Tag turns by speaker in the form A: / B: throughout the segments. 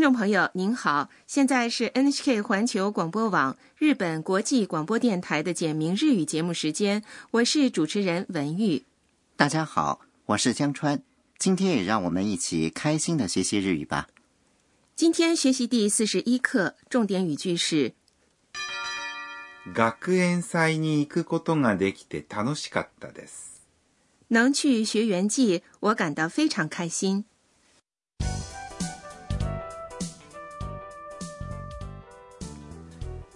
A: 众朋友您好，现在是 NHK 环球广播网日本国际广播电台的简明日语节目时间，我是主持人文玉。
B: 大家好，我是江川。今天也让我们一起开心的学习日语吧。
A: 今天学习第四十一课，重点语句是
C: 学園祭に行くことができて楽しかったです。
A: 能去学园祭，我感到非常开心。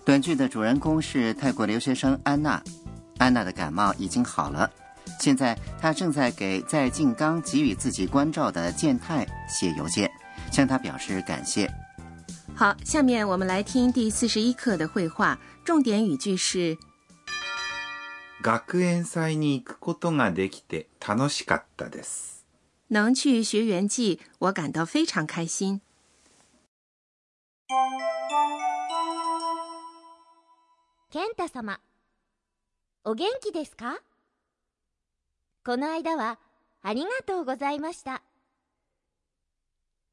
B: 短剧的主人公是泰国留学生安娜，安娜的感冒已经好了，现在她正在给在静冈给予自己关照的健太写邮件，向他表示感谢。
A: 好，下面我们来听第四十一课的绘画，重点语句是
C: 学園祭に行くことができて楽しかったです。
A: 能去学园祭，我感到非常开心。
D: 健太様お元気ですかこの間はありがとうございました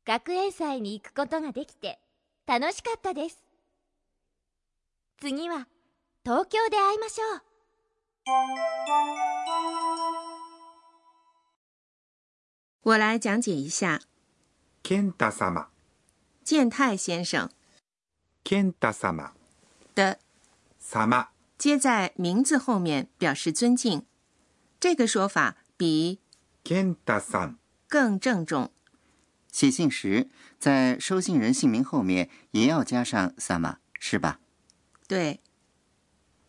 D: 学園祭に行くことができて楽しかったです次は東京で会いましょう
A: 我来讲解一下
C: 健太様、
A: 健太先生
C: 健太様、
A: 的
C: 様、
A: 接在名字后面表示尊敬，这个说法比
C: 健太さん、
A: 更郑重。
B: 写信时，在收信人姓名后面也要加上 “sama”，是吧？
A: 对，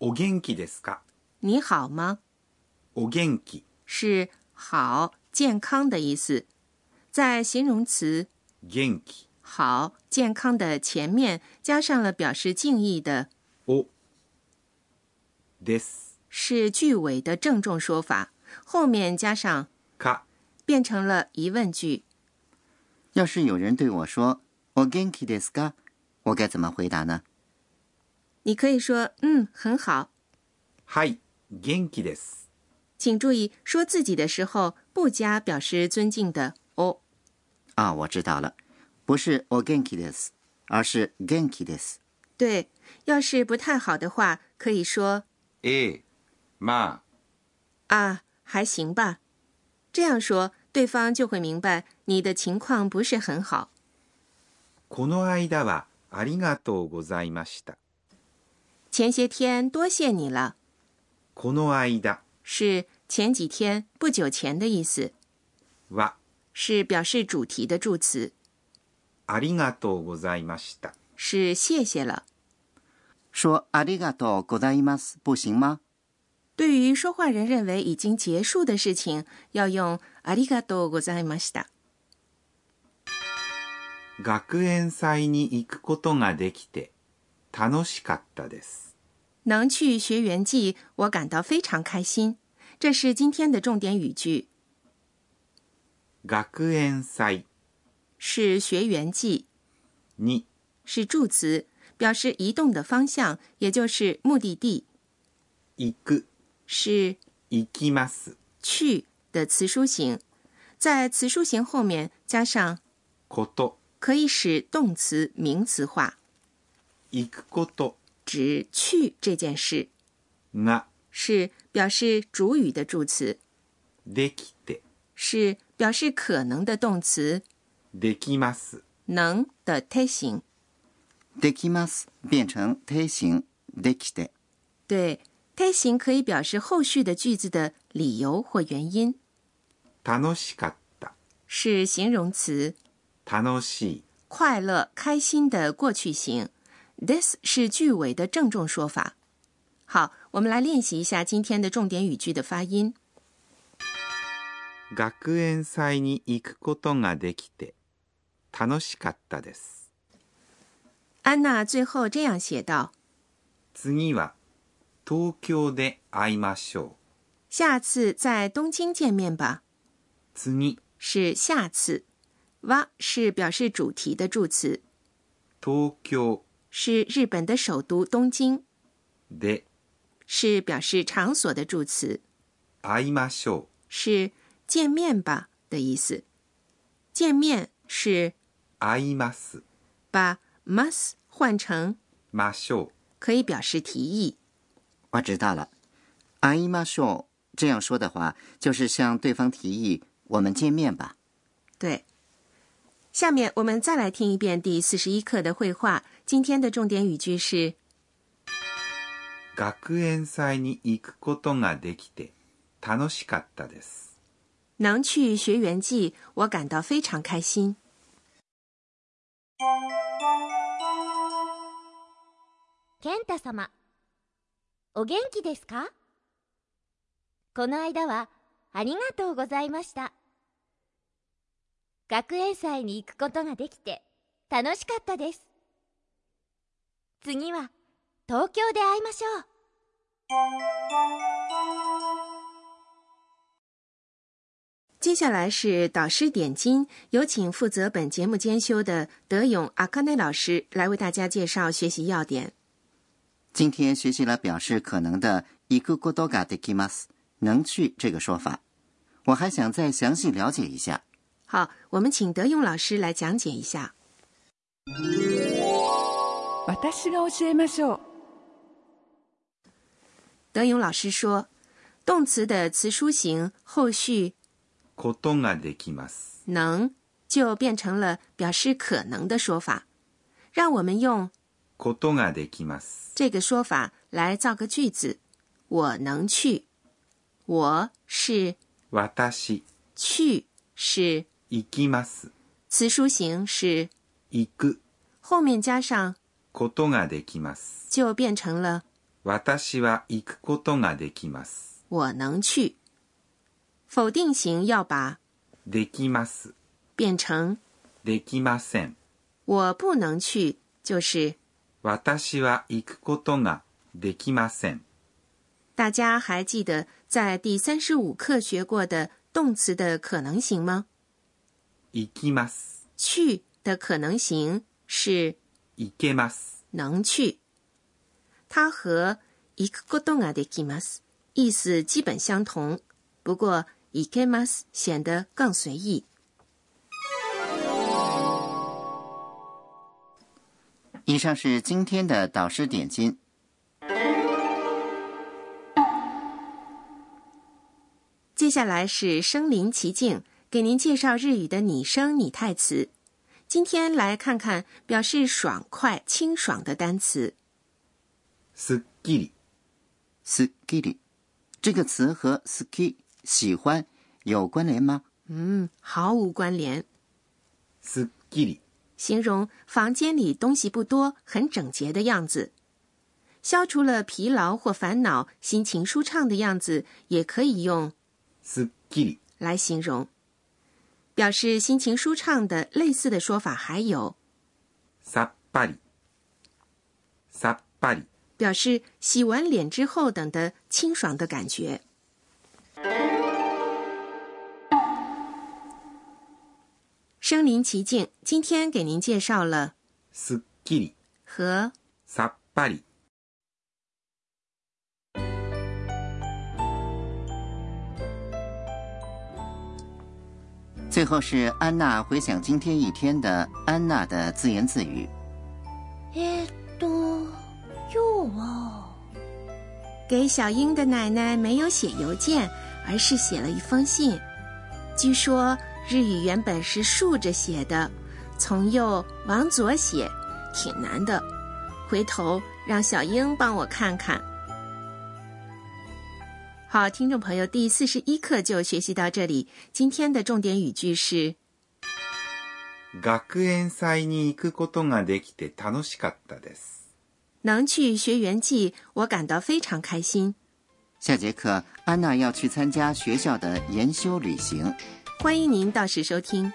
C: お元気ですか
A: 你好吗？
C: お元気、
A: 是好健康的意思，在形容词
C: 元気、
A: “好健康”的前面加上了表示敬意的
C: お、です、
A: 是句尾的郑重说法，后面加上
C: か、
A: 变成了疑问句。
B: 要是有人对我说“我 genki d e s k 我该怎么回答呢？
A: 你可以说“嗯，很好
C: はい、元気です。”。
A: 请注意，说自己的时候不加表示尊敬的“哦
B: 啊，我知道了，不是“我 genki d e s 而是 “genki d e s ”。
A: 对，要是不太好的话，可以说
C: ええ、ま
A: “
C: あ、
A: 啊，还行吧”。这样说，对方就会明白你的情况不是很好。
C: この間はありがとうございました。
A: 前些天多谢你了，
C: この間
A: 是前几天、不久前的意思，
C: は
A: 是表示主题的助词，
C: ありがとうございました。
A: 是谢谢了。
B: 说ありがとうございます不行吗？
A: 对于说话人认为已经结束的事情，要用ありがとうございました。
C: 学園祭に行くことができて楽しかったです。
A: 能去学园祭，我感到非常开心。这是今天的重点语句，
C: 学園祭
A: 是学园祭，
C: に
A: 是助词，表示移动的方向，也就是目的地，
C: 行く、
A: 是
C: 行きます。
A: 去的词书形，在词书形后面加上
C: こと、
A: 可以使动词名词化，
C: 行くこと
A: 指去这件事，
C: が
A: 是表示主语的助词。
C: できて、
A: 是表示可能的动词
C: できます。
A: “能”的推形。
B: できます变成推形できて。
A: 对，推形可以表示后续的句子的理由或原因，
C: 楽しかった、
A: 是形容词，
C: 楽しい、
A: 快乐、开心的过去形。This 是句尾的郑重说法。好，我们来练习一下今天的重点语句的发音。
C: 学園祭に行くことができて楽しかったです。
A: 安娜最后这样写道
C: 次は東京で会いましょう。：“
A: 下次在东京见面吧。”
C: 次、
A: 是下次。哇是表示主题的助词。
C: 東京
A: 是日本的首都东京，
C: で
A: 是表示场所的助词，
C: 会いましょ
A: 是见面吧的意思。见面是
C: う。会います。
A: 把 must 换成
C: ましょ
A: 可以表示提议。
B: 我知道了。会いましょう这样说的话，就是向对方提议我们见面吧。
A: 对。下面我们再来听一遍第四十一课的绘画。今天的重点语句是
C: う。学園祭に行くことができて楽しかったです。
A: 能去学园祭，我感到非常开心。
D: 健太様お元気ですかこの間はありがとうございました学園祭に行くことができて楽しかったです次は東京で会いましょう
A: 接下来是导师点睛，有请负责本节目监修的德勇阿卡内老师来为大家介绍学习要点。
B: 今天学习了表示可能的“行くことができます”能去这个说法，我还想再详细了解一下。
A: 好，我们请德勇老师来讲解一下。
E: 私が教えましょう
A: 德勇老师说，动词的词书形后续
C: ことができます。
A: 能就变成了表示可能的说法。让我们用
C: ことができます。
A: 这个说法来造个句子：我能去，我是
C: 私、
A: 去是
C: 行きます。
A: 词书形是
C: 行く
A: 后面加上
C: ことができます。
A: 就变成了
C: 私は行くことができます。
A: 我能去。否定型要把
C: できます。
A: 变成
C: できません。
A: 我不能去，就是
C: 私は行くことができません。
A: 大家还记得在第三十五课学过的动词的可能型吗？
C: 行きます。
A: 去的可能型是
C: 行けます。
A: 能去。它和行くことができます意思基本相同，不过行けます显得更随意。
B: 以上是今天的导师点睛。
A: 接下来是身临其境，给您介绍日语的拟声拟态词。今天来看看表示爽快、清爽的单词。
C: すっきり。
B: s k i l 这个词和 ski 喜欢有关联吗？
A: 嗯，毫无关联，
C: すっきり。
A: 形容房间里东西不多、很整洁的样子。消除了疲劳或烦恼，心情舒畅的样子也可以用
C: すっきり。
A: 来形容。表示心情舒畅的类似的说法还有
C: さっぱり。さっぱり。
A: 表示洗完脸之后等的清爽的感觉。身临其境，今天给您介绍了
C: すっきり。
A: 和
C: さっぱり。
B: 最后是安娜回想今天一天的安娜的自言自语。
D: えっと今日は
A: 给小英的奶奶没有写邮件，而是写了一封信。据说日语原本是竖着写的，从右往左写挺难的。回头让小英帮我看看。好，听众朋友，第四十一课就学习到这里。今天的重点语句是
C: 学園祭に行くことができて楽しかったです。
A: 能去学园祭，我感到非常开心。
B: 下节课安娜要去参加学校的研修旅行。
A: 欢迎您到时收听。